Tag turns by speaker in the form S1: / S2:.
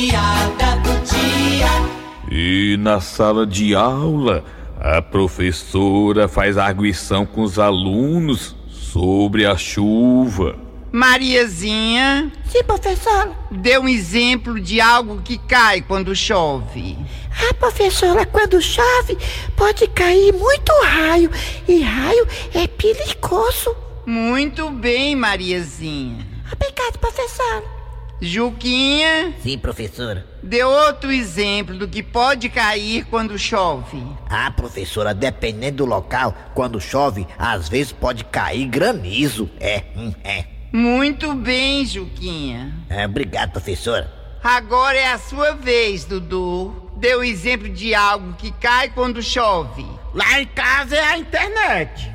S1: piada do dia.
S2: E na sala de aula, a professora faz arguição com os alunos sobre a chuva.
S3: Mariazinha
S4: Sim, professora.
S3: deu um exemplo de algo que cai quando chove.
S4: Ah, professora, quando chove, pode cair muito raio. E raio é perigoso.
S3: Muito bem, Mariazinha.
S4: Obrigado, professora.
S3: Juquinha
S5: Sim, professora.
S3: deu outro exemplo do que pode cair quando chove.
S5: Ah, professora, dependendo do local, quando chove, às vezes pode cair granizo. É, hum, é.
S3: Muito bem, Juquinha.
S5: É, Obrigado, professora.
S3: Agora é a sua vez, Dudu. Deu exemplo de algo que cai quando chove.
S6: Lá em casa é a internet.